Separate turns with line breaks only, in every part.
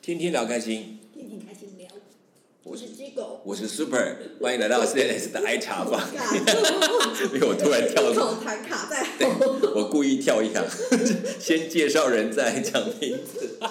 天天聊开心，
天天开心聊。我是鸡狗，
我是 Super，欢迎来到 CNS 的 I 茶 坊。 因为我突然跳了，
口痰卡在
对，我故意跳一行， 先介绍人，再讲名字。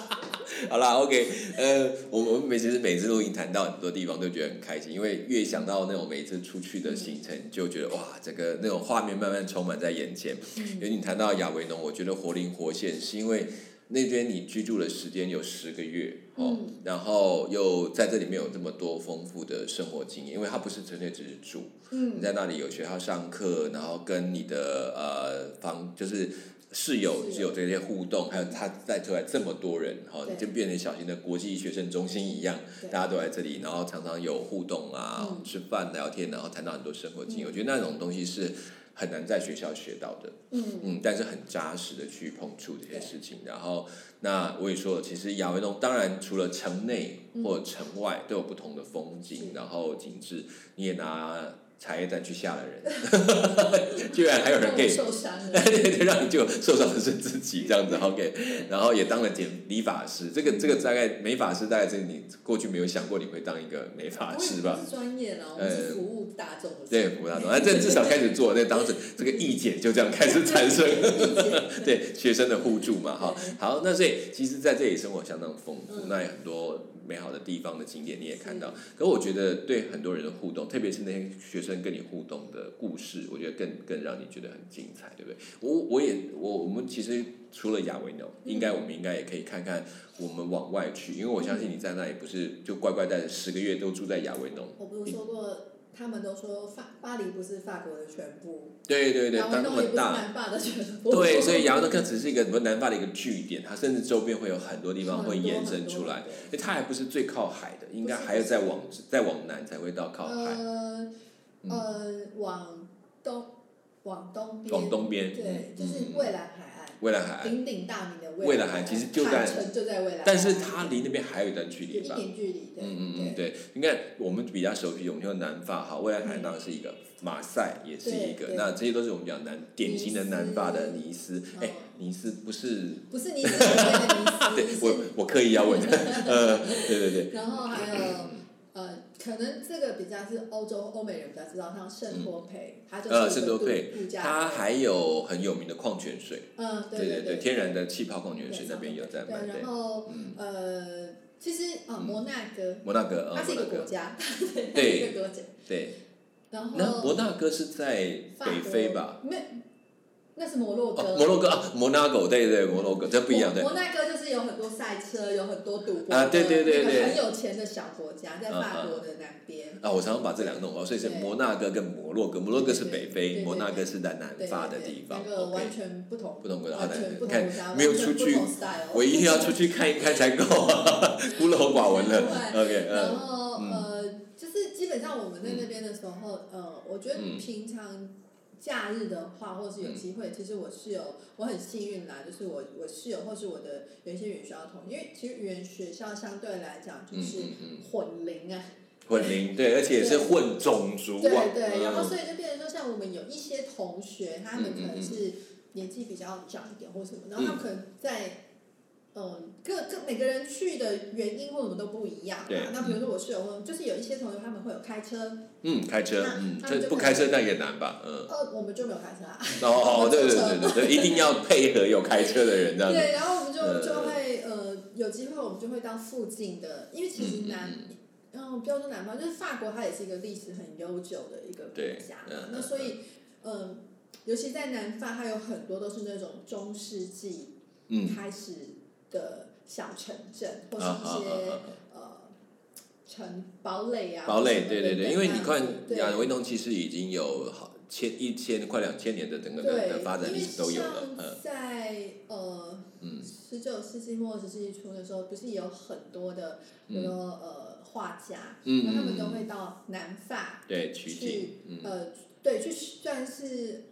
好啦，OK，呃，我我们每次每次录影谈到很多地方都觉得很开心，因为越想到那种每次出去的行程，就觉得哇，整个那种画面慢慢充满在眼前。尤其你谈到亚维农，我觉得活灵活现，是因为那边你居住的时间有十个月哦，
嗯
然后又在这里面有这么多丰富的生活经验，因为它不是纯粹只是住，你
嗯，
在那里有学校上课，然后跟你的呃房就是室友
室友
有这些互动，还有他带出来这么多人，哈、
对
就变成小型的国际学生中心一样，
对
大家都来这里，然后常常有互动啊，
嗯
吃饭聊天，然后谈到很多生活经验，
嗯
我觉得那种东西是很难在学校学到的。
嗯，
嗯，但是很扎实的去碰触这些事情。然后，那我也说了，其实亚维农当然除了城内或城外都有不同的风景，
是
然后景致。你也拿茶叶蛋去吓了人， 居然还有人
让
可
我
以，
受伤了
对，对对，让你就受伤的是自己这样子。OK，然后也当了剪理发师，这个这个大概美发师大概是你过去没有想过你会当一个美发师啊吧
我？们不是专业了，我们是服务大众的。
对，不大懂，那这至少开始做，那当时这个意见就这样开始产生。 对学生的互助嘛，哈
对。
好，那所以其实在这里生活相当丰富，
嗯
那有很多美好的地方的景点你也看到。可我觉得对很多人的互动，特别是那些学生跟你互动的故事，我觉得更更让你觉得很精彩，对不对？我我也我我们其实除了亚维农，
嗯嗯
应该我们应该也可以看看我们往外去，因为我相信你在那里不是就乖乖在十个月都住在亚维农。
我不是说过，他们都说法巴黎不是法国的全部，
对对对，
然后
当那
弄也
么
不是
大。
南法的嗯全部。
对，所以亚维农克只是一个南法的一个据点，它甚至周边会有很多地方会延伸出来因为
很。 多。很多
它还不是最靠海的，应该还要再往再往南才会到靠海，
呃
嗯
呃，往东，往东边，
往东边。
对，
嗯
就是蔚蓝海
蔚蓝海
岸，
岸，
鼎鼎大名的
蔚蓝
蓝
海
岸，
其实就在
海城就在蔚蓝海岸，
但是它离那边还有一段距
有
离
一
吧。
点距离，对，
嗯嗯嗯，
对，
对，你看我们比较熟悉，我们说南法哈，蔚蓝海岸当然是一个，马赛也是一
嗯对
个，
对
那这些都是我们讲南典型的南法的尼
尼
斯
嗯。
哎，尼斯不是，
不是你指的
对
哦尼斯，
我我刻意要问，呃，对对 对，
然后还有。呃，可能这个比较是欧洲欧美人比较知道，像圣托佩，它就是
呃
一个
圣托
度
佩
度假
它
村
还有很有名的矿泉水。
嗯，对
对
对
对，天然的气泡矿泉水那边有在卖，
对，
对
然，后
嗯，
呃，其实啊，
嗯
摩纳哥，
摩纳哥，
它
啊，
是
摩
一
纳
个国
哥，
家，
对
它是一个国家。
对，
然
那
后
摩纳哥是在
法
北
国
非吧？
没，那是摩洛
哦，
哥。
摩洛哥啊，摩纳哥，对
嗯
对，摩洛哥，这不一样，对
摩，摩纳哥就是有很多赛车，有很多赌博的
啊对对对
一个
对
很有钱的小国家，在法国的南边。
啊，我常常把这两个弄搞，所以是
对
摩纳哥跟摩洛哥，摩洛哥是北
对对
非，
对
摩纳哥是在南
对
法的
对对
地方
那个
，OK，
完全不同，
不同国家，好
完
的
全不，同
看
国家，
没有
完全
出
不
去
同 style
我一定要出去看一看才够， 孤陋寡闻了，OK，
然
嗯，
后、
嗯
呃，就是基本上我们在那边的时候，呃，我觉得
嗯
平常假日的话，或是有机会，其实我室友我很幸运啦，就是我我室友或是我的有一些语言学校同，因为其实语言学校相对来讲就
嗯
是
嗯嗯，
混龄啊，
混龄，对，而且也是
对
混种族
对
啊，
对，然后
嗯
所以就变成说，像我们有一些同学，他们可能是年纪比较小一点或什么，然后他们可能在。嗯，各各每个人去的原因或什么都不一样嘛
对。
那比如说我室友，就是有一些同学他们会有开车，
嗯，开车，
那
嗯，
他
这
们就
不
可
开
以
车那也难吧， 嗯。
呃，我们就没有开车啊。
哦，对对 对对对，一定要配合有开车的人这样子。
对，然后我们就
呃
就会呃，有机会我们就会到附近的，因为其实南，嗯，不要说南方，就是法国，它也是一个历史很悠久的一个国
对
家
嗯
嘛。那所以，嗯，尤其在南法，它有很多都是那种中世纪
嗯，
开始的小城镇，或
啊啊啊
是一些
嗯啊！
呃城堡垒啊，
堡
或
垒，
什么
对对
等
对，
等
因为你
这样
看
子
亚
对
维农其实已经有好千一千快两千年的整个的的发展历史都有了，
因为
嗯
像在呃
嗯
十九世纪末、十世纪初的时候，不是有很多的，比如
嗯
说呃画家，
嗯
然后他们
嗯
都
嗯，
会到南法，
对取景，嗯
呃，对，去算是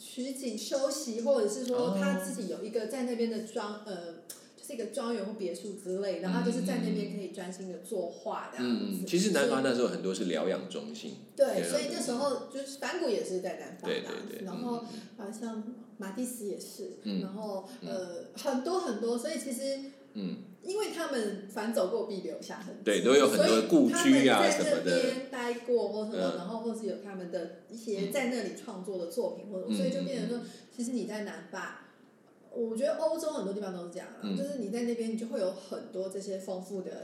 取景休息，或者是说
哦
他自己有一个在那边的庄，呃，就是一个庄园或别墅之类，然后他就是在那边可以专心的作画这样
嗯
子。
嗯，其实南
所以
方那时候很多是疗养中心，
对，
对啊
所以那时候就是反骨也是在南方
对
啦
对对，
然后好像马蒂斯也是，
嗯
然后
嗯
呃很多很多，所以其实
嗯，
因为他们反走过必留下痕迹，
对，都有很多故居啊什
所以他
么
们在那
的，
边待过或什么，
嗯
然后或是有他们的一些
嗯
在那里创作的作品，或者、
嗯
所以就变成说，其实你在南法，我觉得欧洲很多地方都是这样啦，啊
嗯
就是你在那边你就会有很多这些丰富的、呃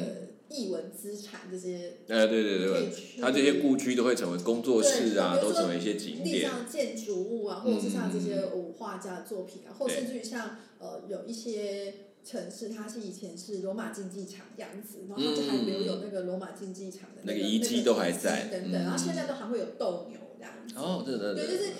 嗯，
艺文资产这些
呃，对对
可以
对，
去，
它这些故居都会成为工作室啊，
对比
都
如说
成为一些景
地
点，
上建筑物啊，或者是像这些
嗯
呃画家的作品啊，或
对
甚至于像呃有一些城市，它是以前是罗马竞技场这样子，然后它就还留有那个罗马竞技场的
嗯那
那
个
个
遗迹都还在
那个遗迹等
嗯
等，然后现在都还会有斗牛这样子，
哦，对对
对就是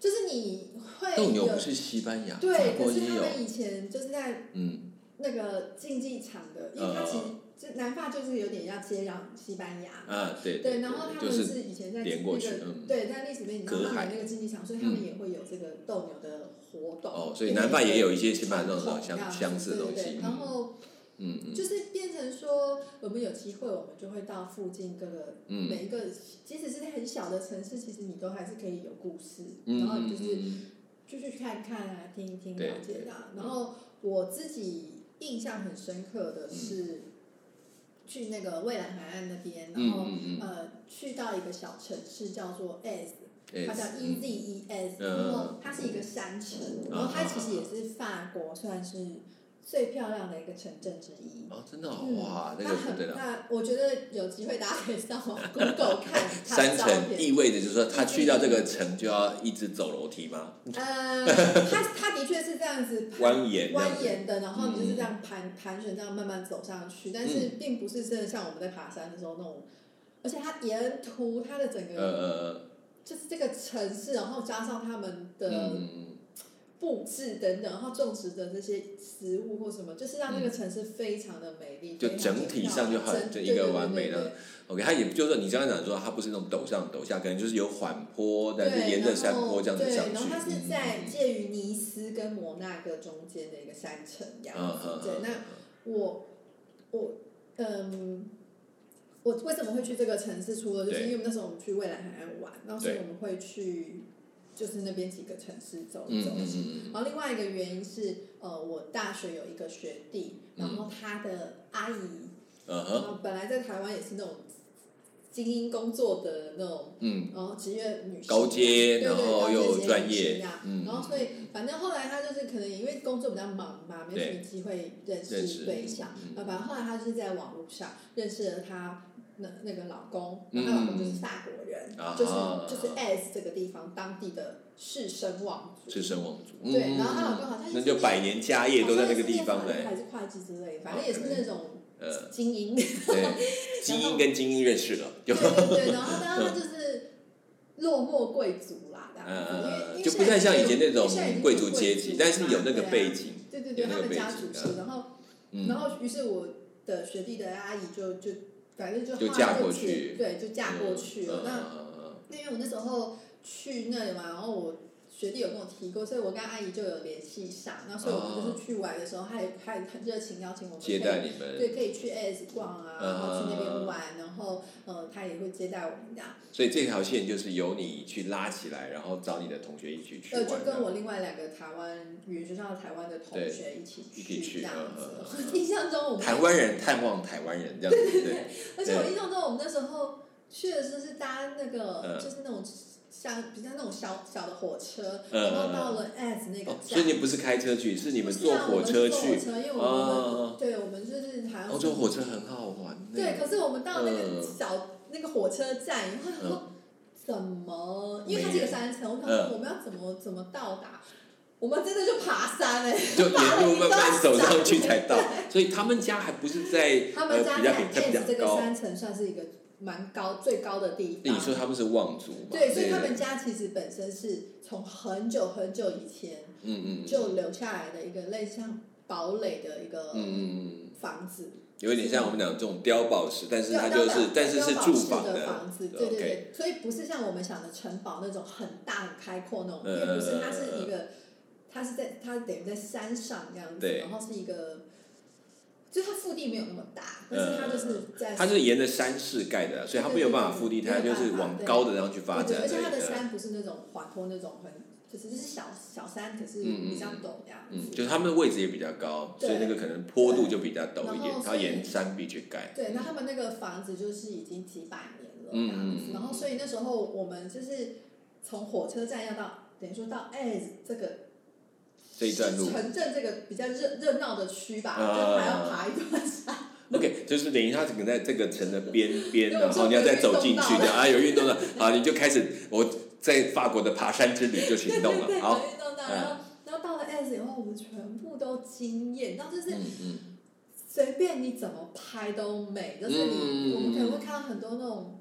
就是你会
斗牛
有
不是西班牙，法
对，
国
可是
也
他
有，
们以前就是在
嗯
那个竞技场的，因为它其实就南法就是有点要接壤西班牙，
啊，对
对，然后他
就
们
是
是以前在
连过去
那个
嗯
对，在历史背景
隔
上
海嗯
他们有那个竞技场，所以他们也会有这个斗牛的活动。
哦，所以南法也有一些西班牙那种
传统
相
啊
相似的东
对对
西
对，然
嗯
后
嗯嗯
就是变成说，我们有机会，我们就会到附近各个
嗯嗯
每一个，即使是很小的城市，其实你都还是可以有故事，然后
嗯
你就是
嗯
就去看看啊，听一听，
对
了解啊。
对嗯
然后我自己印象很深刻的
嗯
是，去那个蔚蓝海岸那边，然后
嗯嗯嗯，
呃，去到一个小城市叫做 Ez，
哎
它叫 E Z E S，
嗯
然后它是一个山城，然后它其实也是法国算是最漂亮的一个城镇之一。
哦，真的哦
嗯
哇，那
它
个不对了。
很，那我觉得有机会大家可以上 网 Google 看它
山
的照
城
片。
意味着就是说，他去到这
嗯
个城就要一直走楼梯吗？
呃，它它的确是这样子
蜿蜒这样
蜿
子，
蜒的，然后你就是这样盘盘旋，这样慢慢走上去，但是
嗯
并不是真的像我们在爬山的时候那种，而且它沿途它的整
呃
个
呃
就是这个城市，然后加上他们
呃，
的
嗯嗯
布置等等，然后种植的这些食物或什么，就是让那个城市非常的美丽，
嗯就
非常地
整体上就很
漂亮
就
真
一个
对对
完美
对对
的嗯，OK，他也就是说你刚刚讲说他不是那种陡上陡下，可能就是有缓坡，但是
对，
沿
然后
着山坡这样子上去。
对，然后它是在
嗯
介于尼斯跟摩纳哥中间的一个山城这样
嗯
子。
嗯，
对，
嗯
那我我嗯，我为什么会去这个城市？除了就是
对
因为那时候我们去蔚蓝海岸玩，然后所以
对
我们会去就是那边几个城市走一
嗯
走。
嗯嗯嗯
然后另外一个原因是，呃，我大学有一个学弟，
嗯
然后他的阿姨，
嗯
然
哼，
后本来在台湾也是那种精英工作的那种，
嗯，
然后职业女性，
高阶，
对对
然后又专
高阶职业女
业
性啊，
嗯，
然后所以反正后来他就是可能因为工作比较忙嘛，没有什么机会认
认
识
识
对象
嗯。
呃，反正后来他就是在网络上认识了她那那个老公，
嗯
然后她老公就是法国人，
啊
就是就是 S 这个地方当地的士绅望族。
是生王族，嗯
对，
嗯
然后她老
嗯
公好像也是
那就百年家业都在那个地
好
方
像也是念法律
嘞，哦
还是会计之类，反正也是那种
呃，
精英。
对， 精英跟精英认识了，就
对对对，然后当然他就是落寞贵族啦，这样子因为
呃，
因为
就不太像以前那种
现在已经有
贵族阶级，但是有那个背
景。
景，
对对对，
有那
他
个
们
背
家
景的
主持，然后然
嗯，
后于是我的学弟的阿姨就就反正就
就
后来
嫁过
结
去
对，就嫁过去了。那
嗯
那因为我那时候去那里嘛，然后我学弟有跟我提过，所以我跟阿姨就有联系上。那所以我们就是去玩的时候，他也他也很热情邀请我们可以
哦接待嗯你们，
对，可以去 AS 逛啊，然后去那边玩，然后呃，他也会接待我们这样。
所以这条线就是由你去拉起来，然后找你的同学一起去
呃，
玩
就跟
的，
我另外两个台湾语言学校的台湾的同
对
学一起
一起去
这样
嗯嗯嗯
子。 印象中我们
台湾人探望台湾人这样子，对，
而且我
对
印象中，我们那时候去的时候是搭那个，
嗯
就是那种像比较那种小小的火车，
嗯
然后到了 S 那个
哦，所以
站。
你不是开车去，是你们
不是
坐
啊我
火
们
车
坐
去
火，车因为我们、
啊，
对，我们就是好像
欧
是
洲火车很好玩呢，
对，可是我们到那个
嗯
小、那个火车站以后，他说、怎么？因为它是一个山城，我想
嗯
说我们要怎么怎么到达？我们真的就爬山哎、
就沿路慢慢走上去才到，所以他们家还不是在
他
呃
们家
比较
在
比较
S 这
比较
个
高，
山城算是一个蛮高最高的地
那
方。
你说他们是望族嘛？
对，所以他们家其实本身是从很久很久以前
嗯嗯嗯
就留下来的一个类似像堡垒的一个
嗯嗯嗯，
房子，
有一点像我们讲这种碉堡式，但是它就
对
是但是是
碉堡
住
式
房
的房子，对对
OK，
对，所以不是像我们想的城堡那种很大很开阔那种，
嗯
因为不是，它是一个，它是在它等于在山上这样子，
对
然后是一个，就是它腹地没有那么大，但是它就是在，
嗯它就是沿着山势盖的，所以它没有办法复地，它就是往高的然后去发
对对，
展
而且它
而
的
已。
山不是那种缓坡那种很就是就是小小山，可是
嗯嗯
比较陡这样子。
嗯，就是他们的位置也比较高，所以那个可能坡度就比较陡一
然
点
后，
它
所以
沿山壁去盖。
对，那他们那个房子就是已经几百年了这
嗯
样
嗯嗯
子，然后所以那时候我们就是从火车站要到，等于说到哎这个
这一段路
城镇这个比较热热闹的区吧，
啊
就还要爬一段山。
，OK，就是等于它可能在这个城的边 边，啊
对
然后
我们
你要再
就
走
有
进
运动
去
到
的啊，有运动的，好，你就开始我在法国的爬山之旅就行动
对，
了，
有
好，嗯
运动到，然后然后到了 S 以后，我们全部都惊艳，然后就是
嗯嗯。
随便你怎么拍都美，就是你、
嗯
我们可能会看到很多那种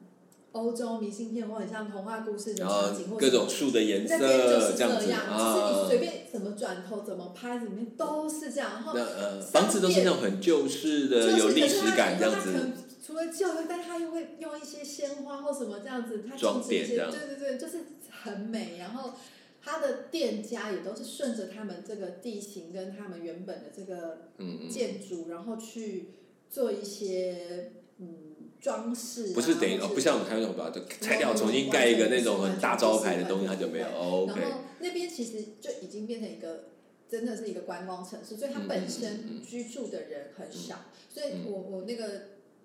欧洲明信片或很像童话故事的
然后
场景，或者
哦各种树的颜
那边就
色
是这样，
子
就是
啊
你，随便怎么转头怎么拍，里面都是这样，然后
那呃房子都是那种很旧式
就
的，
是
有历
可是
史
它
感这样
它可能
子，
除了旧，但是它又会用一些鲜花或什么这样子，它
装
甚至一
点
些
这样
对对对，就是很美。然后它的店家也都是顺着他们这个地形跟他们原本的这个
嗯嗯。
建筑，然后去做一些嗯装饰、啊。
不是等于
或
哦，不像我们台湾那种把这拆掉重新盖一个那种很大招牌的东西，它就没有。哦
然
OK，
后那边其实就已经变成一个真的是一个观光城市，所以它本身居住的人很少，
嗯
所以我我那个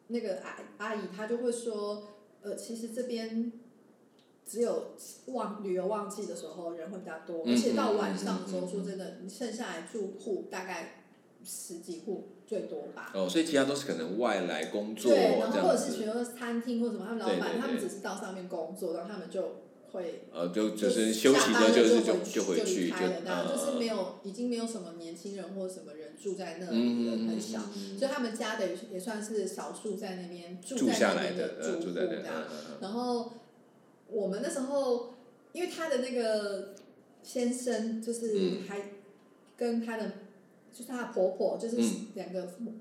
那个阿阿姨她就会说，呃，其实这边。只有旺旅游旺季的时候人会比较多，
嗯
而且到晚上的
嗯
时
嗯嗯
候，
嗯
说真的，你剩下来住户大概十几户最多吧。
哦，所以其他都是可能外来工作
对，然
这
后或
样
者是许
子，
多餐厅或什么，他们老
对对
板
对
他们只是到上面工作，然后他们就会
呃，就就是休息的，就是就就回去
就离
就
开了那
呃
样，就是没有已经没有什么年轻人或者什么人住在那里了，
嗯
很少，所以他们家的也也算是少数在那边住
住
在
下
那
来
边
的呃
住
住
户啊
在那
这样。然后我们那时候，因为他的那个先生就是
嗯
还跟他的，就是他的婆婆，就是
嗯
两个母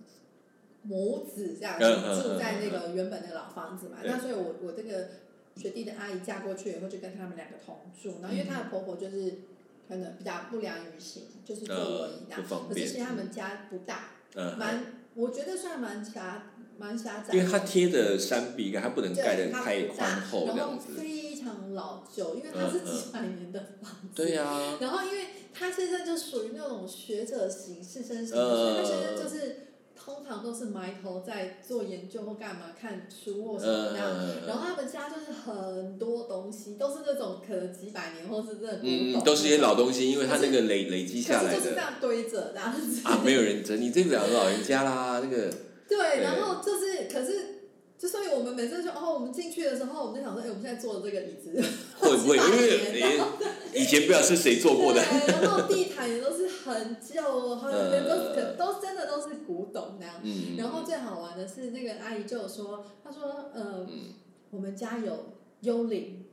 母子这样
嗯嗯嗯
住在那个原本的老房子嘛。
对
那所以我我这个学弟的阿姨嫁过去以后，就跟他们两个同住。然后因为她
嗯
的婆婆就是可能比较不良于行，就是坐轮
呃
椅这
不
样。
方
啊可是
便
其实他们家不大，
嗯，
蛮我觉得算蛮狭蛮狭窄的。
因为它贴的山壁，它不能盖
对，
的
它
太
不大
宽厚这
然后
样子，
非常老旧，因为它是
嗯嗯
几百年的 房子。
对啊呀，
然后，因为他现在就属于那种学者型、士绅型，
嗯
所以他现在就是通常都是埋头在做研究或干嘛、看书或什么那样。然
嗯，
后他们家就是很多东西都是那种可能几百年或是那种
嗯嗯，都是一些老东西，因为它那个累累积
西
下
可
来
是就是这
的
样堆着这样子。
啊，没有人整理，这不了老人家啦，那个对
对，然后就是，可是，就所以我们每次就哦，我们进去的时候，我们就想说，哎，我们现在坐的这个椅子
会不会
几百
因为哎
年然后
以前不知道是谁做 过的，
对，然后地毯也都是很旧，然后那边都是
呃
都真的都是古董那样。
嗯，
然后最好玩的是，那个阿姨就有说，她说，呃，
嗯
我们家有幽灵，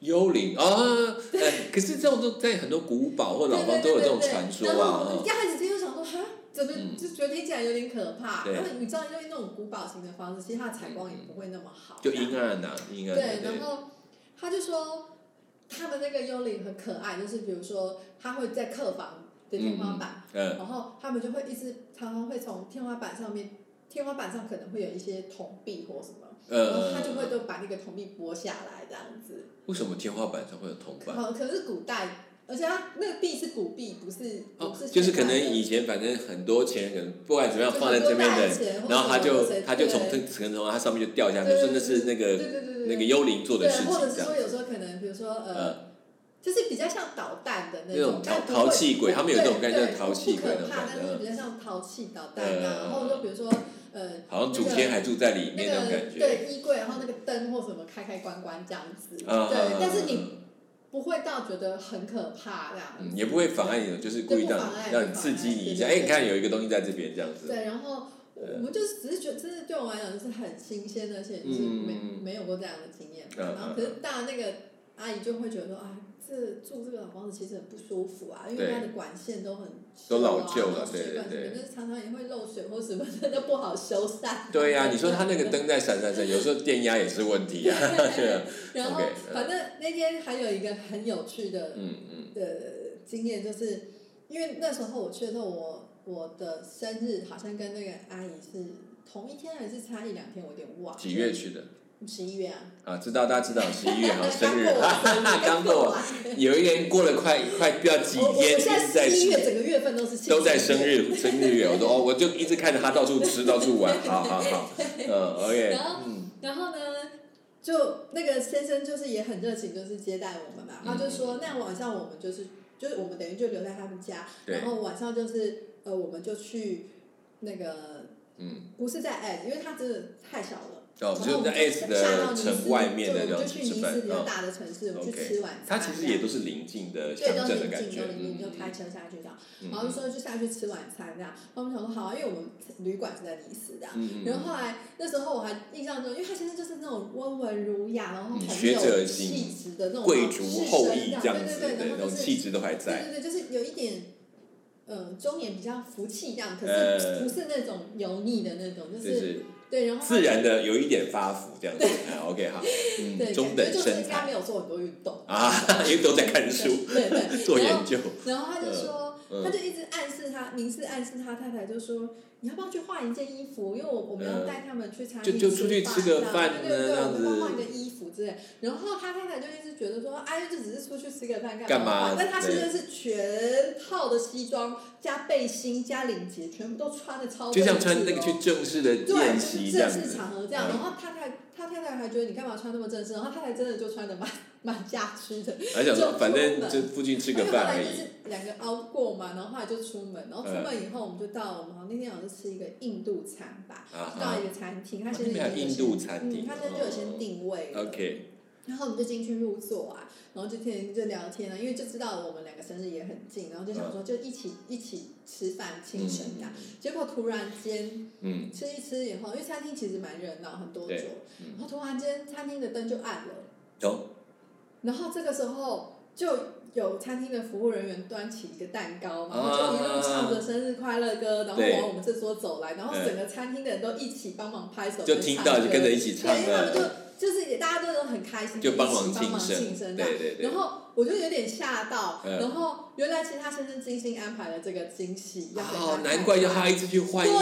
幽灵啊，哎，可是这种都在很多古堡或
对
老
对
房都
对
有这
对
种
对。
传说
然后我
啊
们一，开始就想说，哈，怎么
嗯
就觉得听起来有点可怕？
对嗯
因为你知道，因为那种古堡型的房子，其实它的采光也不会那么好，
就阴暗呐，阴暗
对，
的，
然后他就说他们那个幽灵很可爱，就是比如说他会在客房的天花板，
嗯，
然后他们就会一直常常会从天花板上面，天花板上可能会有一些铜币或什么，然后他就会
呃，
都把那个铜币剥下来这样子。
为什么天花板上会有铜板？
好，可是古代，而且它那个币是古币，不是
哦
不是，
就是可
现在
能
的
以前反正很多钱，可能不管怎么样
就
放在
很多
这边
大
的，
钱或
然后他
者
就
谁
他就从
对
这可能从它上面就掉下来，
对
就
对
说那是那
对
个
对对对
那个
对
幽灵做的事
对，
情
或者是
这样
说。有时候可能比如说呃
呃，
就是比较像导弹的
那种
但
淘
不
淘
会
气鬼，他们有这种概
对
念，
对
淘气鬼那
不
种
可
感
怕，
觉
但是，比较像淘气导弹
嗯
啊，然后就比如说呃
好像祖先还住在里
那
面那种
个
感觉。
对衣柜，然后那个灯或什么开开关关这样子，
啊
对，但是你不会到觉得很可怕这样
嗯，
子，
也不会妨碍你，就是故意让你让你刺激你一下。哎，你看有一个东西在这边这样子。
对，然后。我们就只是觉得，真的对我来讲就是很新鲜的，而且就是
嗯
没、没有过这样的经验嘛。
嗯嗯
然后可是大那个阿姨就会觉得说，啊，这住这个老房子其实很不舒服啊，因为
对
它的管线都很、啊、
都老旧了
然后水管
对对对
什么就是常常也会漏水或什么的，都不好修缮。
对呀、你说他那个灯在闪闪闪，有时候电压也是问题啊。对啊，
然后
OK，嗯
反正那天还有一个很有趣的
嗯嗯
的经验，就是因为那时候我去的时候，我我的生日好像跟那个阿姨是同一天还是差一两天，我有点忘 了。
几月去的？
十一月啊，
啊，知道大家知道十一月好生日，
刚过
哈
完
哈哈，刚过完，有一个人过了快快不要 几
我我
天，
现
一直
在
在
十一
吃
月整个月份都是庆
都在
祝
生日生日月，我说哦，我就一直看着他到处吃到处 玩，好好好，嗯，OK，
然后
嗯
然后呢，
就那个先生就是也很热情，就是接待我们嘛。
嗯
他就说，那晚上我们就是就是我们等于就留在他们家，
对
然后晚上就是呃，我们就去那个
嗯，
不是在 S，因为他真的太小了。
哦，
然
就
后
是
我
在
们
S
下到
的
尼斯
城外面的
就
那
我
种
们就去
吃
尼
饭
斯比，较
嗯，
大的城市，我们去
OK
吃晚餐。啊
它其实也都是邻近的
对，
乡
都
镇
是
的感
近
觉，
都邻
嗯
近，就开车下去这样。
嗯
然后就说就下去吃晚餐这样。然后我们想说好啊，因为我们旅馆是在尼斯这样。
嗯嗯
然后后来那时候我还印象中，因为他先生就是那种温文儒雅，然
嗯
后很
学者
有
型
气质的那种
贵
士
族
绅
后裔这样子
啊对
的
对对，
那
然后
种
就是
气质都还
对
在，
对对，就是有一点。呃，中年比较福气这样，可
呃
是不是那种油腻的那种，就、
就是是
对，然后
自然的有一点发福这样子。啊 OK 好，嗯，
对，
中
感觉
等
就是
身
应该
材
没有做很多运动，
啊， 因为都在看书、
对对，
做研究。
然后他就说，
嗯
他就一直暗示他，明示暗示他太太，就说你要不要去换一件衣服？因为我我们要带他们去餐厅
嗯就就出去吃个饭
对
呢
对对，我
这样
们
子
要换一个衣服之类。然后他太太就一直觉得说，哎，就只是出去吃个饭干
干嘛
但他
对
现在是全套的西装加背心加领结，全部都穿的超
就像
正
穿
式
那个
哦
去正式的
对，
宴
就是
席这样
正式
子，
场合这样，
嗯
然后他太他太太还觉得你干嘛穿那么正式，然后他太太真的就穿的蛮蛮家居的，
还想说
就
反正
出门
就附近吃
因为
个
后
饭
来
而
就
已。嗯
是两个熬过嘛，然后后来就出门，然后出门以后我们就到我们好像那天好像是吃一个印度餐吧，
啊
就到
啊
一个餐厅，他
啊
先
那边还有印度餐厅哦
嗯，他先就有先定位了
，OK，
然后我们就进去入座啊，然后就天天就聊天啊，因为就知道我们两个生日也很近，然后就想
嗯
说就一起一起吃饭庆生这样，结果突然间
嗯，
吃一吃以后，因为餐厅其实蛮热闹，很多桌
对，嗯
然后突然间餐厅的灯就暗了。
有
然后这个时候就有餐厅的服务人员端起一个蛋糕嘛，然后就一路唱着生日快乐歌，然后
啊对
往我们这桌走来，然后整个餐厅的人都一起帮忙拍手，
就听到就跟着一起唱
对，因为他们
了，
就就是也大家都很开心，
就帮
一
忙
起帮忙庆
庆
生
生，
这样
对对对
然，后我就有点吓到，
嗯
然后原来其实他先生精心安排了这个惊喜，要给他
哦，
看
难怪要他一直去换衣
对，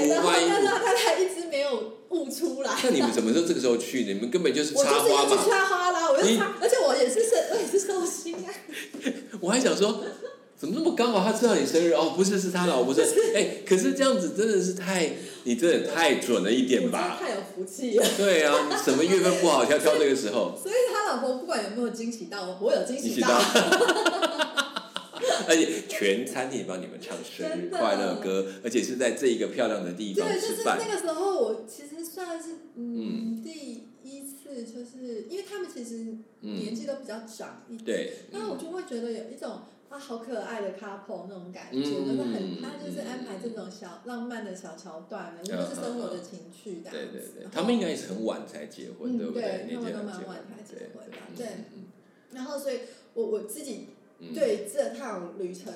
服
然后
换衣
但是
服。
他太太一直没有悟出来，
那你们什么时候这个时候去？你们根本就是
我
插
就是
花
一
嘛
直。插花啦，我就
你
插，而且我也是受， 我也是受心啊。
我还想说，怎么那么刚好他知道你生日哦？不是，是他老婆生日。哎、可是这样子真的是太，你真的太准了一点
我真的
吧？
太有福气了。
对啊，你什么月份不好，要挑这个时候。
所以他老婆不管有没有惊喜到我，我有惊
你
喜
知道，而且全餐厅帮你们唱生日快乐歌，而且是在这一个漂亮的地方
对，就
吃
是
饭
那。个时候，我其实算是嗯第一次，就是因为他们其实
嗯，
年纪都比较长一点，
对。
那我就会觉得有一种啊好可爱的 couple 那种感觉，
嗯
就是很他就是
嗯
安排这种小浪漫的小桥段呢，
嗯
就是生活的情趣这
对
样子
对对
然，后
他们应该也是很晚才结婚，
嗯
对不
对
年纪
他
很
们都
结
蛮
婚
晚才，结
对
婚吧
对
对
嗯
然后所以我我自己
嗯嗯
对这趟旅程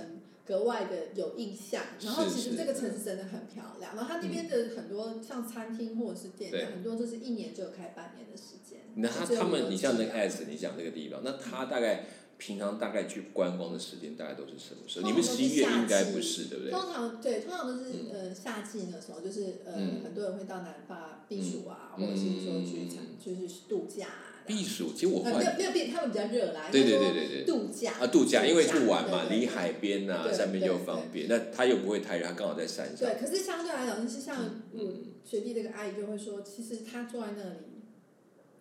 格外的有印象。然后
是
其实
是嗯
这个城市真的很漂亮，然后它那边的很多像餐厅或者是店
对
家，很多都是一年就有开半年的时间。
那他
就只有
他
五
们，
六
你像那个
天
S，你讲这个地方，那他大概平常大概去观光的时间大概都是什么时候？
通常
你们
都是
十一月
夏
应该
季
不是，对不对？
通常对，通常都是
嗯
呃夏季的时候，就是呃
嗯
很多人会到南法避暑啊，
嗯
或者是说去长
嗯
就是度假啊。
避暑，其实我
呃
发
没
现
有没有避，他们比较热啦。
对
应
对
该说
对对对。
度假
啊，度假，因为去玩嘛，
对对
离海边啊呐、
对
山边就
对
方便。那他又不会太热，他刚好在山上
对，。可是相对来讲，就是像我
嗯
学弟这个阿姨就会说，其实她坐在那里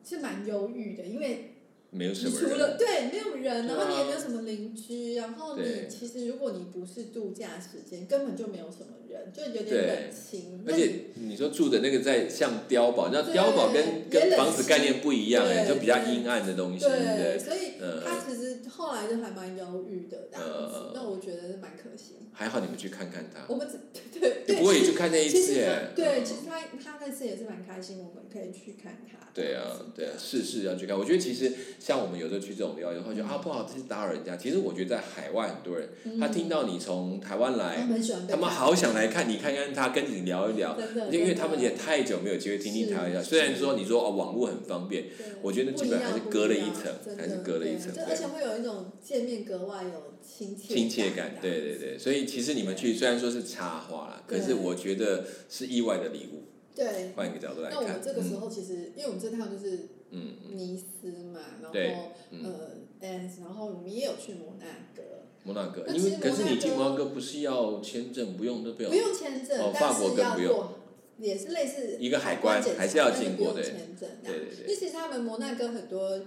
是蛮忧郁的，因为
没有
你
什么
除
人。
了对没有人，
对啊
然后你也没有什么邻居，然后
对
你其实如果你不是度假时间，根本就没有什么人，就有
对
点冷清。
而
那
且
你
你说住的那个在像碉堡，那
对
碉堡跟跟
也冷
房子概念不一样哎，
对
就比较阴暗的东西，
对，
对。
所以
嗯
她其实后来就还蛮忧郁的这样
嗯
子，那我觉得是蛮可惜。
还好你们去看看他
我，们只 对
你
对，
不过也就看那一
其
次
实
哎
她。对，
嗯
其实她她那次也是蛮开心，我们可以去看她。
对啊，对啊，是是要去看。我觉得其实像我们有时候去这种地方，有时候觉得啊不好，这是打扰人家。其实我觉得在海外很多人，
嗯，
他听到你从台湾
他
来，
们很喜欢被
他们
看
好想来看你，看看他，跟你聊一聊。
真的，
就因为
真的
他们也太久没有机会听听台湾话，
是
虽然说你说哦网络很方便，
对
我觉得基本还是隔了一层
不样
还是隔了一层
真
对
的对而且会有一种见面格外有亲切
亲切感，对对对，所以其实你们去虽然说是插花啦，可是我觉得是意外的礼物，
对。
换一个角度来
那我们
看，
这个时候其实，因为我们这趟就是
嗯嗯，
尼斯嘛，然
对
后
嗯
呃 Dance，然后我们也有去摩纳哥，
摩纳哥，
那
因为
其实
可是
摩纳
你进
哥
摩纳哥不是要签证，不用都不用
不，用签证，
哦
但
法国
是
更
要
不用
过，也是类似
一个海
关
关
检查，
还是要
但
经
不
过
用
对
签证这样。
对对
因
对，
为其实他们摩纳哥很多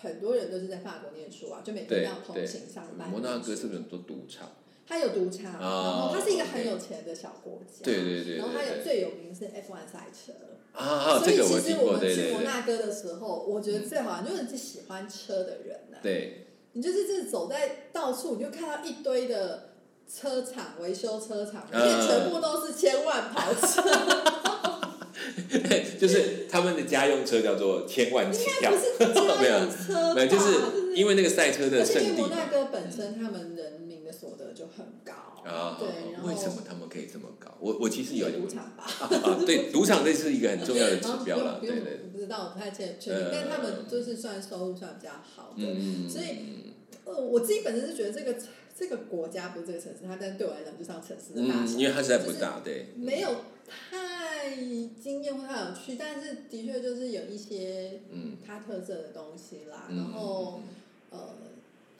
很多人都是在法国念书啊，就每天
对
要通
对
勤上班。
摩纳哥是不是很多赌场？
它有赌场，然
哦
后它是一个很
OK
有钱的小国家。
对对对对
然后它有
对
最有名是 F1 赛车，
啊，
所
这
以
个我
其
听
实我
过，
们
对
去
对
摩
对
纳哥的时候，我觉得最好玩就是喜欢车的人呢、
对，
你就是这走在到处，你就看到一堆的车厂维修车厂，
嗯
而且全部都是千万跑 车，
就是他们的家用车叫做千万起
应该
跳
不，是
没
家
有
用车
没有，
吧？
就是因为那个赛车的
而且因
圣
为
地
摩纳
嘛。
哥本身他们人民的所得就很高，
啊
对，然，后
为什么他们可以这么高？我我其实有
有
点
赌场吧，
啊，对，赌场这是一个很重要的指
然后不
标
用
啦，
啊不
对
用
对，对
我不知道，我不太确确定
呃，
但他们就是算收入算比较好的。
嗯嗯，
所以
嗯
呃，我自己本身是觉得这个这个国家不是这个城市，它但对我来讲就像城市的大
嗯，
小，
因为它实在不大，对，
没有太惊艳或太有趣，但是的确就是有一些
嗯，
它特色的东西啦，
嗯
然后
嗯嗯
呃，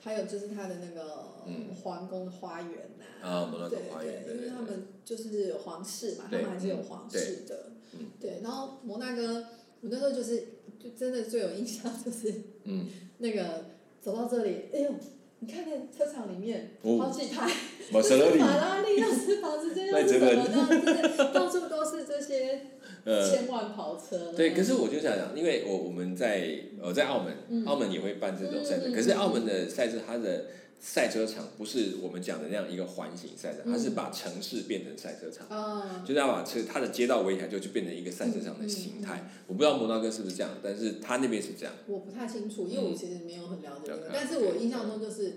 还有就是它的那个
嗯
皇宫的花园呐、
嗯啊，摩纳哥
对
花园，对
对，因为
对
他
对，
们就是有皇室嘛，他
对
们还是有皇室的
嗯，
对。然后摩纳哥，我那时候就是就真的最有印象就是
嗯，
那个走到这里，哎呦，你看那车场里面
哦
好几台，
马
这
塞罗
是
里，
法拉利，又是保 时捷，又是什
麦
么
哲
的，就是到处都是这些
呃，
千万跑车。啊
对，可是我就想讲，因为我我们在呃在澳门，
嗯
澳门也会办这种赛事，
嗯嗯
可是澳门的赛事它的赛车场不是我们讲的那样一个环形赛场，
嗯
它是把城市变成赛车场。
啊，
就是要把车它的街道围起来，就就变成一个赛车场的形态。
嗯
我不知道摩纳哥是不是这样，但是他那边是这样。
我不太清楚，因为我其实没有很了解这
嗯
个，但是我印象中就是。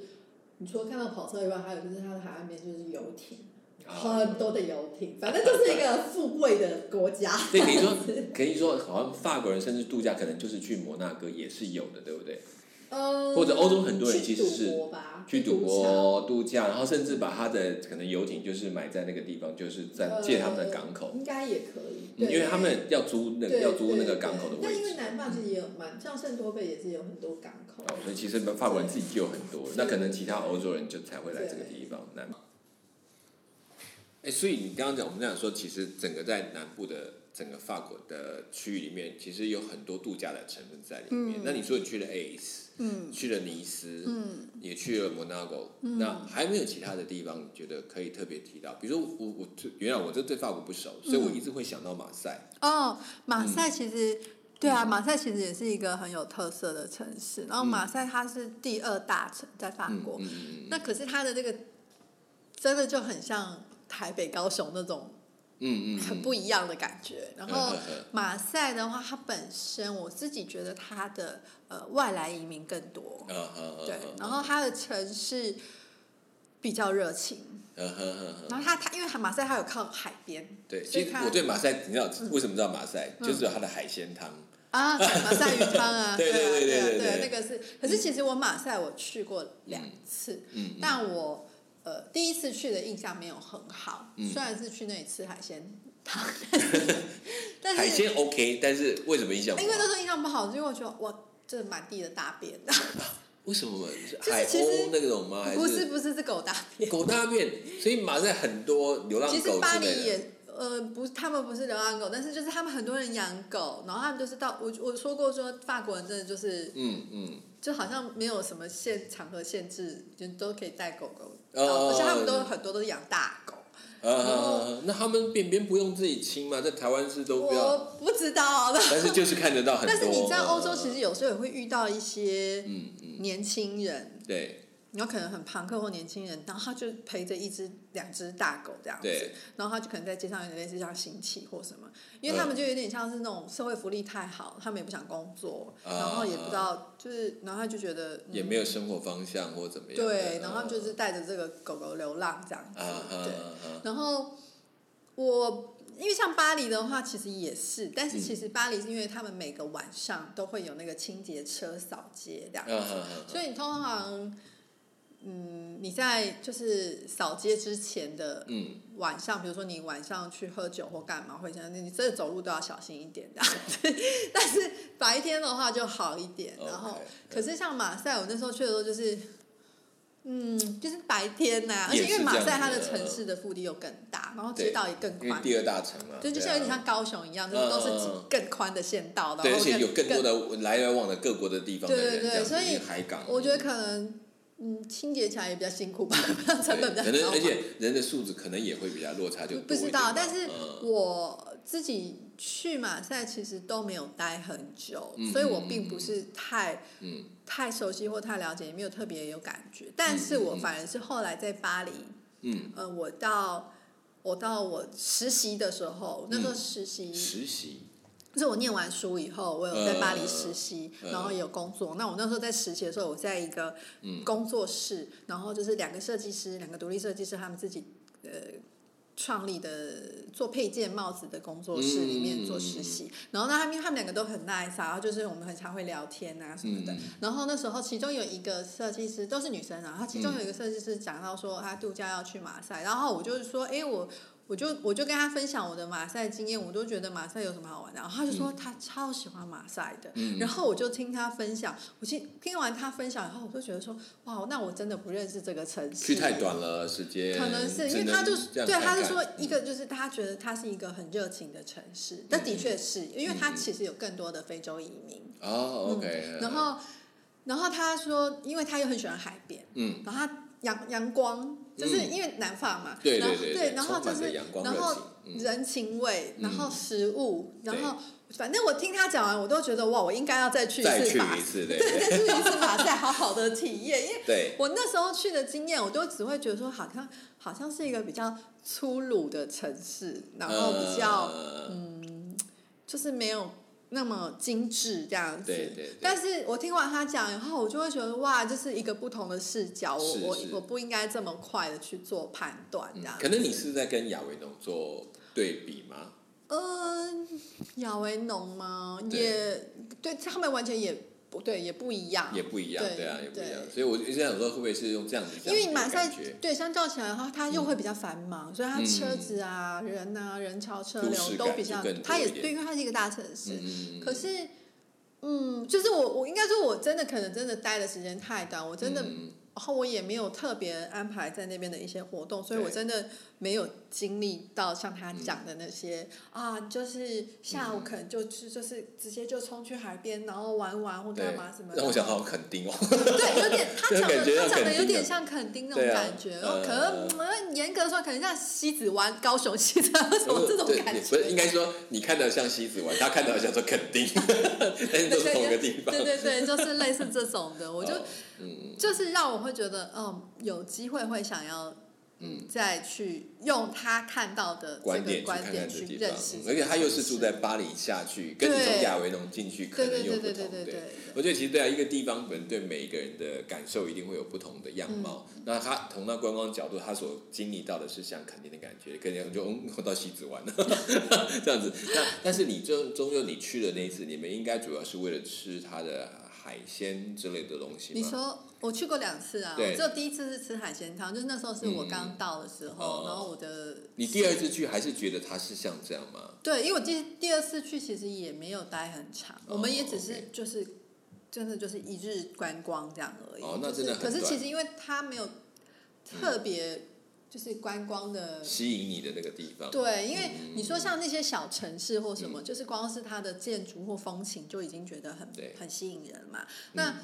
你除了看到跑车以外，还有就是它的海岸边就是游艇，
啊
很多的游艇，反正就是一个富贵的国家。
对，可以 说可以说，好像法国人甚至度假可能就是去摩纳哥也是有的，对不对？
嗯，
或者欧洲很多人其实
去
是
赌博吧，
去赌
场，
博、度假，然后甚至把他的可能游艇就是埋在那个地方，就是在借他们的港口，
嗯应该也可以，
嗯
呃对
因为他们要租那个
对
要租那
对
个港口的
对
位
但因
置
为。南法其实也有蛮，像圣多贝也是有很多港口。
哦，所以其实法国人自己就有很多，那可能其他欧洲人就才会来这个地方。南，哎，所以你刚刚讲，我们讲说，其实整个在南部的整个法国的区域里面，其实有很多度假的成分在里面。
嗯
那你说你去了 Ace，
嗯
去了尼斯，
嗯，
也去了摩纳哥，那还没有其他的地方你觉得可以特别提到？比如说我我我原来我这对法国不熟，所以
嗯
我一直会想到马赛。
哦，马赛其实、对
嗯
啊，马赛其实也是一个很有特色的城市。然后马赛它是第二大城，在法
嗯
国。
嗯嗯
那可是它的这个真的就很像台北、高雄那种
嗯嗯，
很不一样的感觉。然后
嗯嗯嗯
马赛的话，它本身我自己觉得它的呃外来移民更多，
啊哈，
对，然后它的城市比较热情。
嗯哼哼哼
然后它它因为马赛它有靠海边
对，
所
其
以嗯
实
它
我对马赛，你知道为什么知道马赛？就是有它的海鲜汤。
啊，对马赛鱼汤 啊，
对
啊，
对对
对啊
对对
对啊，
对
那个是。可是其实我马赛我去过两次，
嗯，嗯
但我呃第一次去的印象没有很好，
嗯
虽然是去那里吃海鲜汤， 但是但
海
是
鲜 OK，但是为什么印象不好？
因为那时候印象不好，因为我觉得哇，这满地的大便，
为什么
是
海
其实
鸥那种吗？还
不是不是是狗大便，
狗大便？所以马赛很多流浪
其实
狗
巴
之
黎
类的。
也。呃，不，他们不是流浪狗，但是就是他们很多人养狗，然后他们就是到我我说过说法国人真的就是
嗯嗯，
就好像没有什么限场合限制，人都可以带狗狗，
哦
而且他们都很多都是养大狗。
呃，那他们便便不用自己清吗？在台湾是都不要，
我不知 道，
但是就是看得到很多。
但是你知道欧洲其实有时候也会遇到一些
嗯嗯，
年轻人，
对
然后可能很朋克或年轻人，然后他就陪着一只、两只大狗这样子
对，
然后他就可能在街上有点类似像行乞或什么，因为
嗯
他们就有点像是那种社会福利太好，他们也不想工作，
啊
然后也不知道就是，然后他就觉得、嗯
也没有生活方向或怎么样的。
对，然后他们就是带着这个狗狗流浪这样子，
啊啊
对。
啊
然后我因为像巴黎的话，其实也是，但是
嗯
其实巴黎是因为他们每个晚上都会有那个清洁车扫街这样，
啊啊！
所以你通常
嗯，你在就是扫街之前的
嗯，
晚上，比如说你晚上去喝酒或干嘛，会这样，你真的走路都要小心一点 的。但是白天的话就好一点。
哦
然后
OK，
可是像马赛，我那时候去的时候就是，嗯，就是白天呐、而
也
且因为
是
马
这样
赛它
子
的
的
城市的腹地又更大，然后
对
街道也更
因为
宽，
第二大城嘛，
对，就像有点像高雄一样，就是都
嗯嗯
是
嗯
更宽的县道，然
对啊，对，而
后
且有更
更
多的来来往的各国的地方的人，
对对对
这样子
所以
因为海港，
我觉得可能，嗯，清洁起来也比较辛苦吧， 成本比
对可
较
能
高
而
吧。
且人的素质可能也会比较落差就
不
多一
知
点嘛
道，但是
嗯
我自己去马赛其实都没有待很久，
嗯
所以我并不是太
嗯
太熟悉或太了解，也没有特别有感觉。但
嗯
是
嗯
我反而是后来在巴黎，
嗯，
呃，我到我到我实习的时候，那时
嗯
候实习
实习
就是我念完书以后，我有在巴黎实习，
嗯嗯
然后也有工作。那我那时候在实习的时候，我在一个
嗯
工作室，然后就是两个设计师，两个独立设计师他们自己呃创立的做配件帽子的工作室里面做实习。
嗯
然后那他们他们两个都很 nice 啊，然后就是我们很常会聊天啊什么的。
嗯
然后那时候其中有一个设计师都是女生啊，她其
嗯
中有一个设计师讲到说她度假要去马赛，然后我就是说，哎我。我就我就跟他分享我的马赛经验，我都觉得马赛有什么好玩的，然后他就说他超喜欢马赛的，
嗯
然后我就听他分享，我听听完他分享以后，我就觉得说哇，那我真的不认识这个城市，
去太短了时间，
可能是因
只
为
能
他就
这
对，
样看
他是
看嗯
说一个就是他觉得它是一个很热情的城市，但的确是因为它
嗯嗯
其实有更多的非洲移民，
哦，OK，
嗯然后然后他说，因为他又很喜欢海边，
嗯，
然后他阳阳光，就是因为南法嘛，
对
然后
对对对
然后
充
就
满着
是
阳光
然
热
后
情嗯
人情味，然后食物，
对
然后反正我听他讲完，我都觉得哇，我应该要再去一
再去
次吧，
一 次，对
对，再去一次吧，再好好的体验，因为。
对，
我那时候去的经验，我都只会觉得说，好像好像是一个比较粗鲁的城市，然后比较、
嗯
就是没有那么精致这样子。
对对对
但是我听完他讲以后，我就会觉得哇，这是一个不同的视角，我
是
我
是
我不应该这么快的去做判断这样
可。能你是在跟亚维农做对比吗？
嗯，亚维农吗？
对
也对他们完全也不对，也不一样。
也不一样，
对
对啊，也不一样。
对
所以我就一直想说，会不会是用这样子这
因为
样子
马
的
赛
感觉？
对相较起来的话，它又会比较繁忙，所以它
嗯
车子啊、人啊、人潮车
都市感
流都比较
就更多，
它也
一点
对，因为它是一个大城市。
嗯，
可是，嗯，就是我我应该说，我真的可能真的待的时间太短，我真的，
嗯
然后我也没有特别安排在那边的一些活动，所以
对嗯
我真的没有经历到像他讲的那些、啊，就是下午可能就去、就是直接就冲去海边，然后玩玩或
对
干嘛什么的。
让我想好肯定哦。
对，有 点他
这
讲
种感觉
的
像
他讲
垦
的
丁
有点
的
像垦丁那
对
种
啊
感觉，然后
呃
可能嗯严格说可能像西子湾、高雄西子湾什么这
呃
种
对
感
也
觉，
不是应该说你看到像西子湾，他看到像说肯 定，但 是都是同一个地方。
对对对，就是类似这种的，我就
哦嗯
就是让我会觉得，嗯，有机会会想要
嗯，
再去用他看到的这
观
个
点去
观
看
点
看这
去
地
认
方
识，
嗯，而且他又是住在巴黎下去，跟你从
对
亚维农进去可
对
能
对
又
对
不
对对
同。
对对，
我觉得其实对啊，一个地方可能对每一个人的感受一定会有不同的样貌。
嗯
那他从那观光角度，他所经历到的是像肯定的感觉，可能就嗯，我到西子湾了 这样子。那但是你终终究你去的那一次，你们应该主要是为了吃它的海鲜之类的东西吗？
你说我去过两次啊，
对
我只有第一次是吃海鲜汤，就是那时候是我
嗯
刚到的时
哦
候，然后我的
你第二次去还是觉得它是像这样吗？
对，因为我第第二次去其实也没有待很长，
哦
我们也只是
OK
就是真的就是一日观光这样而已。
哦那
就是
真的很
可是
短嗯
其实因为它没有特别就是观光的。
吸引你的那个地方？
呃对，因为
嗯
你说像那些小城市或什么，就是光是它的建筑或风情就已经觉得很
对嗯
很吸引人嘛。那、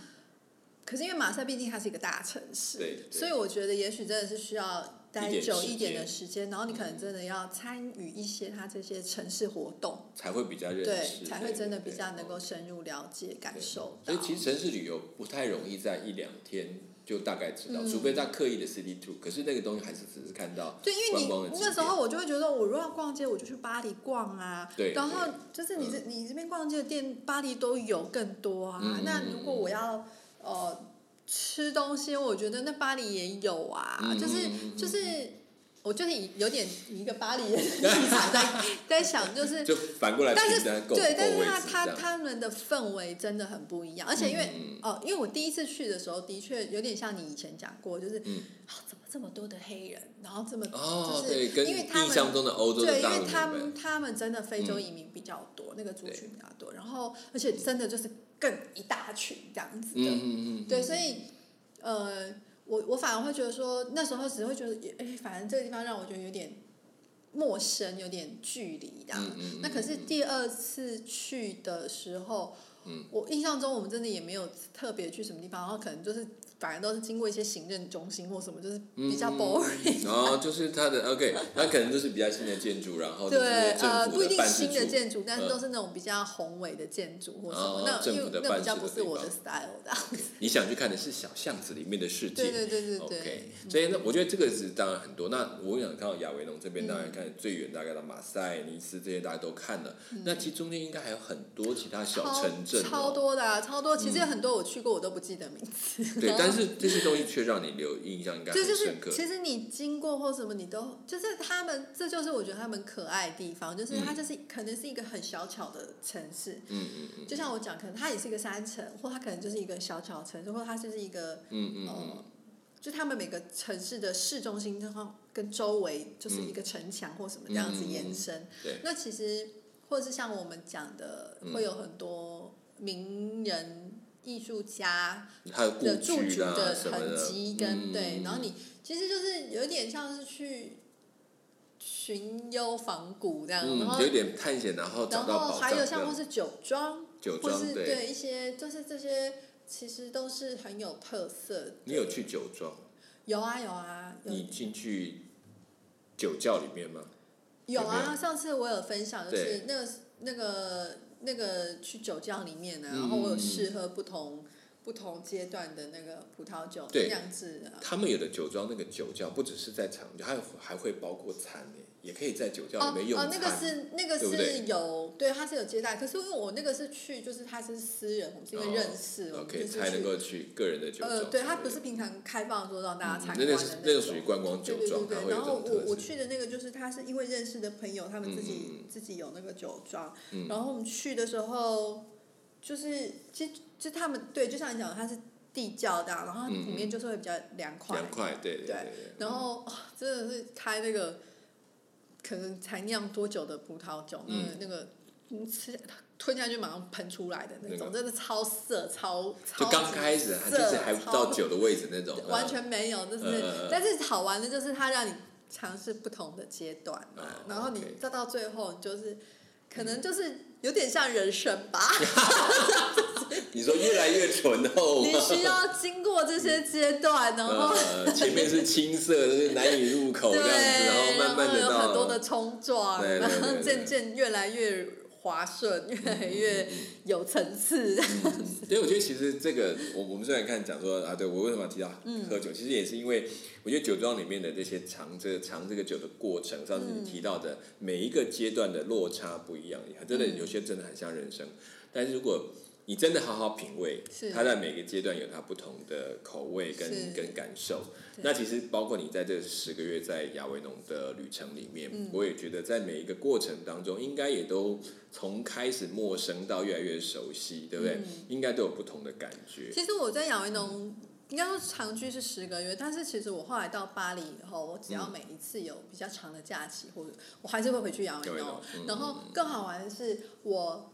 可是因为马赛毕竟它是一个大城市，
对对
所以我觉得也许真的是需要
一
待
点
久
时
一点的
间嗯
时间，然后你可能真的要参与一些它这些城市活动，
才会比较认识，
对，才会真的比较
对嗯
能够深入了解、感受
所
到。
以其实城市旅游不太容易在一两天就大概知道，
嗯
除非他刻意的 city tour，可是那个东西还是只是看到
对，因为
观光的
你
景
那时候
点
我就会觉得，我如果要逛街，我就去巴黎逛啊。
对
然后就是你这你这边逛街的店，巴黎都有更多啊。
嗯
那如果我要呃吃东西，我觉得那巴黎也有啊。
嗯
就是
嗯嗯嗯
就是。我就是以有点以一个巴黎人的立 场在在想，就是
就反过来
但
平
是
单够够
对，但是
位
他
置
他
这样嗯
他们的氛围真的很不一样，而且因为、哦，因为我第一次去的时候，的确有点像你以前讲过，就是、
嗯
啊，怎么这么多的黑人，然后这么、
哦，
就是
对，跟
因为他
印
们
象中的欧洲
对，
的
因
大
为
陆
他
们
们他们真的非洲
嗯
移民比较多，那个族
对
群比较多，然后而且真的就是更一大群这样子
嗯
的，
嗯嗯嗯，
对，所以呃，我我反而会觉得说，那时候只会觉得，哎，反正这个地方让我觉得有点陌生，有点距离这样。
嗯嗯
那可是
嗯嗯
第二次去的时候，
嗯
我印象中我们真的也没有特别去什么地方，然后可能就是反而都是经过一些行政中心或什么，就是比较
嗯
boring。
然后就是它的 OK，它可能就是比较新的建筑，然哦后就是
对，
政
呃，
府
不一
的
定
办事
新的
处
建筑，但是
嗯
都是那种比较宏伟的建筑或什么
哦，
那
政
因
府
为
的
那
办
比较
事
不
的
是
地
我的
方
style 的。
你想去看的是小巷子里面的 世界。
对对对对对。嗯
OK，所以那我觉得这个是当然很多。那我想看到亚维农这边，当
嗯
然看最远大概到马赛、尼斯这些大家都看了。那其实中间应该还有很多其他小
嗯超
城镇、哦，嗯
超多的、啊，超多。其实有很多我去过，我都不记得名字。
对，但是这些东西却让你留印象应该很
这就是
深刻。
其实你经过或什么，你都就是他们，这就是我觉得他们可爱的地方，就是它就是、可能是一个很小巧的城市，
嗯嗯嗯
就像我讲，可能它也是一个山城，或它可能就是一个小巧的城市，或它就是一个
嗯嗯
呃
嗯，
就他们每个城市的市中心然后跟周围就是一个城墙或什么这样子延伸。
嗯对
那其实或者是像我们讲的，
嗯
会有很多名人、艺术家
嗯还有故
的驻
居
足
啦、
的
啊什么的
痕迹跟、
嗯
对，然后你其实就是有点像是去寻幽访古这样，然
嗯，
后
有点探险，然后找
然
到
后
宝藏。
还有像
这样
或是酒庄，
酒
或
庄
是
对，
一些就是这些。其实都是很有特色的，
你有去酒庄？
有啊有啊，有
你进去酒窖里面吗？
有
有没
啊，上次我有分享，就
对
是那个那个那个去酒窖里面呢、
嗯
然后我有试喝不同、不同阶段的那个葡萄酒
对
酿制的。
他们有的酒庄那个酒窖不只是在厂，还有还会包括餐呢，也可以在酒窖
哦
里面用
哦
餐。，
那个是那个
对不对
是有，对，他是有接待，可是因为我那个是去，就是他是私人，我们是因为
哦
认识，我们就
OK
是
才能
去，
够去个人的酒庄。嗯
呃，对，他不是平常开放说让大家参
那
观的
个是那个
种
属于观光酒
对对
庄，它
对
会
对，
有
然
这
后
种
我
特
我
色。
去的那个就是他是因为认识的朋友，他们自己、
嗯嗯
自己有那个酒庄，
嗯
然后我们去的时候，就是其实就他们对，就像你讲的，它是地窖的啊，然后它
嗯嗯
里面就是会比较凉快，
凉快，对对
对然后、哦真的是开那个可能才酿多久的葡萄酒，
嗯
那个那个你吃吞下去马上喷出来的那种，
那个
真的超涩超
就
超
刚
级
开始它
涩
就是还不到
超
酒的位置那种，
完全没有，就是，
嗯嗯嗯
但是好玩的就是它让你尝试不同的阶段嘛，
哦
然后你
OK
再到最后你就是，可能就是有点像人生吧，
嗯。你说越来越醇厚吗
你？需要经过这些阶段，然后。
呃，前面是青涩，就是难以入口
对，
这样子，然后慢
然后
慢的
有
到
很多的冲撞，
对对
然
对
后
对嗯
渐渐越来越滑顺，越来越有层次。 嗯
所以我觉得其实这个，我我们虽然看讲说啊，对我为什么要提到
嗯
喝酒，其实也是因为我觉得酒庄里面的这些尝这个尝这个酒的过程，上次你提到的每一个阶段的落差不一样，真的有些真的很像人生，但是如果你真的好好品味
是，
它在每个阶段有它不同的口味跟
是
跟感受。
对
那其实包括你在这十个月在亚维农的旅程里面，
嗯
我也觉得在每一个过程当中，应该也都从开始陌生到越来越熟悉，对不对？
嗯
应该都有不同的感觉。
其实我在亚维农，应该说长居是十个月，但是其实我后来到巴黎以后，我只
嗯
要每一次有比较长的假期，或者我还是会回去亚维
亚维
农
农嗯。
然后更好玩的是，我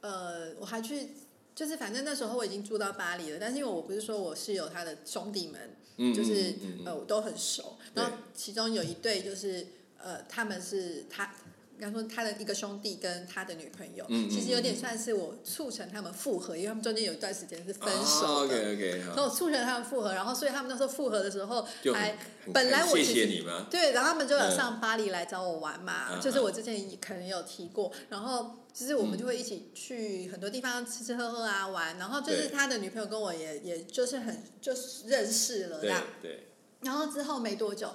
呃我还去。就是反正那时候我已经住到巴黎了，但是因为我不是说我室友他的兄弟们，
嗯
就是
嗯嗯嗯
呃我都很熟，
对
然后其中有一对就是呃他们是他。应该说他的一个兄弟跟他的女朋友，
嗯嗯
其实有点算是我促成他们复合，因为他们中间有一段时间是分
啊
手的，
OK OK，
然
好，
后我促成他们复合，然后所以他们那时候复合的时候
就很
还
很
本来我
谢
其实
谢你吗？
对，然后他们就有
嗯
上巴黎来找我玩嘛，
嗯
就是我之前也可能有提过，然后就是我们
嗯
就会一起去很多地方吃吃喝喝啊玩，然后就是
对
他的女朋友跟我也也就是很就是认识了这
对
样，
对，
然后之后没多久，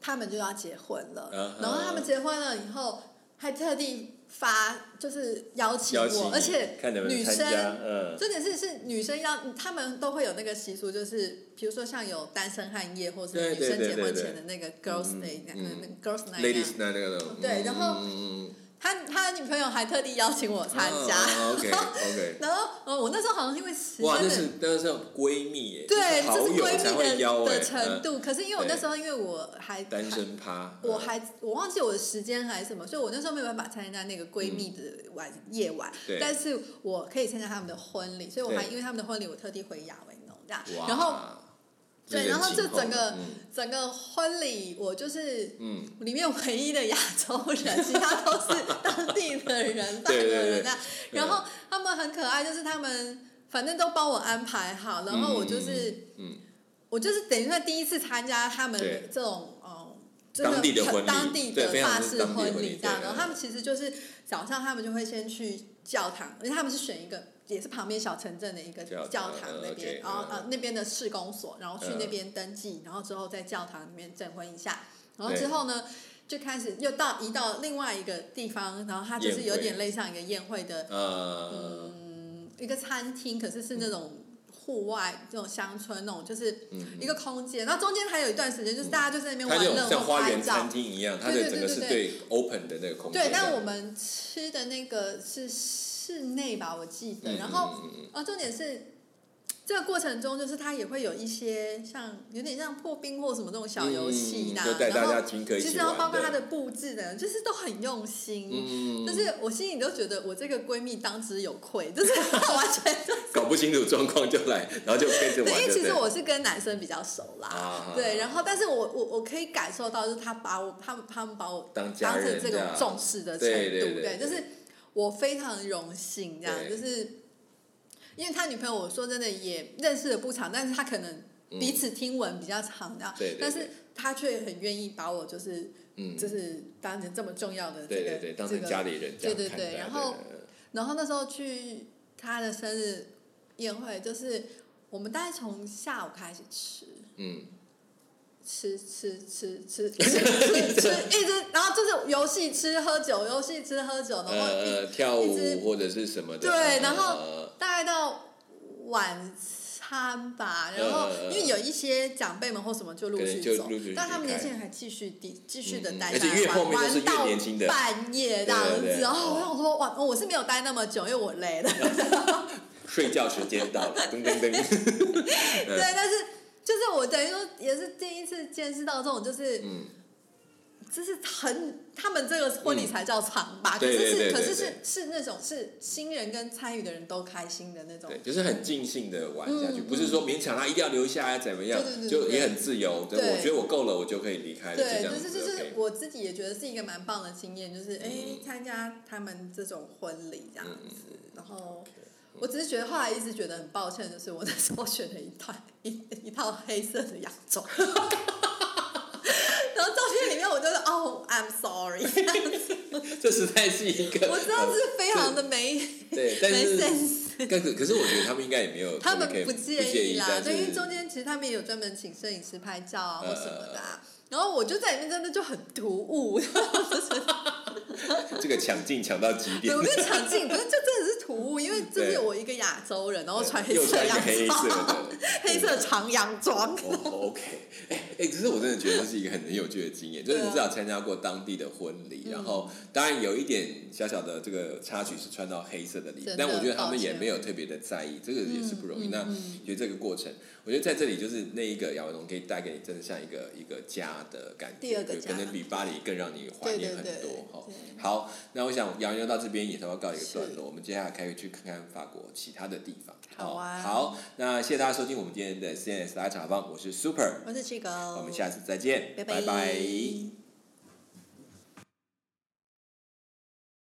他们就要结婚了。
嗯哼
然后他们结婚了以后，还特地发就是邀请
邀请
我，
你
而且
看能不能
女
参加
生，
嗯，
重点是是女生要，他们都会有那个习俗，就是比如说像有单身汉夜，或者
对
是女
对
生
对
结
对
婚
对
前的那个 girls day，
嗯
那
嗯
那个 girls night 那
Ladies
样。
那那个的，
对
嗯
然后
嗯嗯
他他女朋友还特地邀请我参加，
OK OK，
然后呃，我那时候好像因为时间
哦哇，那
的
是那是闺蜜耶，
对，
好
这是
友才
闺
会
蜜的
邀哎
的，程
嗯
度。可是因为我
对
那时候，因为我还
单，身趴，
我
嗯
还我忘记我的时间还是什么，所以我那时候没有办法参加那个闺蜜的晚夜晚
嗯对，
但是我可以参加他们的婚礼，所以我还
对
因为他们的婚礼，我特地回亚维农这样
哇，
然后
这
对
人
然后
情
这
厚
整个
嗯
整个婚礼我就是。
嗯，
里面唯一的亚洲人，其他都是当地的 人、法国
对对对
人啊。然后他们很可爱，就是他们反正都帮我安排好，然后我就是
嗯，
我就是等于说第一次参加他们
对
这种哦，真
当地的
很
婚礼
当地
对非
的
常
法
是
式
当地的婚礼
礼这样
对。
然后他们其实就是早上他们就会先去教堂，因为他们是选一个也是旁边小城镇的一个
教堂
教
嗯
堂那边，
，OK，
然后
嗯
呃那边的市公所，然后去
嗯
那边登记，然后之后在教堂里面证婚一下，然后
对
之后呢。就开始又到移到另外一个地方，然后它就是有
宴会
点类像一个宴会的
嗯呃，
嗯，一个餐厅，可是是那种户外、这种乡村那种，就是
嗯
一个空间。然后中间还有一段时间，就是大家就在那边
它
玩
这种
乐
像
或
花
拍
园
照
餐。厅一样，它
对
的
对
整
对
个
对
是对 open 的那个空间这样。
对，但我们吃的那个是室内吧，我记得。
嗯
然后，
嗯嗯
呃，重点是。这个过程中，就是它也会有一些像有点像破冰或什么那种小游戏
嗯
啦，
就带大
然
家
后
听歌一
其
起
实然后
玩
包括它
的，
的布置的，就是都很用心。
嗯，
但是我心里都觉得我这个闺蜜当之有愧，就是 完全
搞不清楚状况就来，然后就跟着玩
对，因为
就
其
对
实
了
我是跟男生比较熟啦，
啊
对，然后但是我我我可以感受到，就是他把我他们他们把我
当家
当成
人
这种
样
重视的程度，
对对对对
就是我非常荣幸这样，
对
就是因为他女朋友，我说真的也认识的不长，但是他可能彼此听闻比较长的，
嗯对对对
但是他却很愿意把我就是
嗯，嗯
就是当成这么重要的这
对
个
对对，当
这
成
个
家里人这样
对对
看待
对然后
对
然后那时候去他的生日宴会，就是我们大概从下午开始吃，
嗯，
吃吃吃 吃吃吃吃，一直然后就是游戏吃喝酒，游戏吃喝酒，然后一
呃，跳
一直
舞或者是什么的，
对然后
呃
大概到晚餐吧，然后
呃
因为有一些长辈们或什么就陆
可能
续
就
走
陆续，
但他们
离开
年轻人还继续地继续的
嗯嗯而
待
且
在那
越
玩
后面都是
玩
越
到
年轻的
半夜这样
对对
子，
对
然后我
哦
想说哇，我是没有待那么久，因为我 累了。
睡觉时间到了，噔噔噔，
对，但是就是我等于说也是第一次见识到这种，就是
嗯，
就是很他们这个婚礼
嗯
才叫长吧，可
对
是
对对
是可
对
是是
对
是那种是新人跟参与的人都开心的那种
对，，就是很尽兴的玩下去，
嗯
不是说勉强他一定要留下来怎么样
对对，对
就
对
也很自由。对，
对
我觉得我够了，我就可以离开了，这
对，
样
就是就
子。
是
OK
我自己也觉得是一个蛮棒的经验，就是哎
嗯
参加他们这种婚礼这样
嗯
子，然后。我只是觉得，后来一直觉得很抱歉，就是我那时候选了一套 一一套黑色的洋装， 然后照片里面我就是哦、i m sorry，
这实在是一个，
我知道是非常的没
对，但
没
是
sense。
但是可是我觉得他们应该也没有，
他们
可以
不
不
介意啦，
但
对，因为
是
中间其实他们也有专门请摄影师拍照啊或
呃
什么的、啊，然后我就在里面真的就很突兀，
这个抢镜抢到极点
对，我，就抢镜，不是就真的是突兀，因为这
嗯对
是我一个亚洲人，然后穿黑
又
色
穿一个
洋
黑色
装，
的，
黑色长洋装，
哦，OK，哎、哎，可是我真的觉得这是一个很很有趣的经 验，就是
对啊嗯
你至少参加过当地的婚礼，然后当然有一点小小的这个插曲是穿到黑色的礼服
真，的
但我觉得他
抱
们
歉
也没有特别的在意，这个也是不容易。
嗯嗯
那
嗯
觉得这个过程，我觉得在这里就是那一个亚维农可以带给你真的像一个一个家的感觉，
第二个
可
家
能比巴黎更让你怀念很
对对对
多哈
对。
好，那我想亚维农到这边也稍微告一个段
是
落，我们接下来可以去看看法国其他的地方。
好啊
好。好，那谢谢大家收听我们今天的 CNS 大茶坊，我是 Super，
我是七哥，
我们下次再见，
拜
拜拜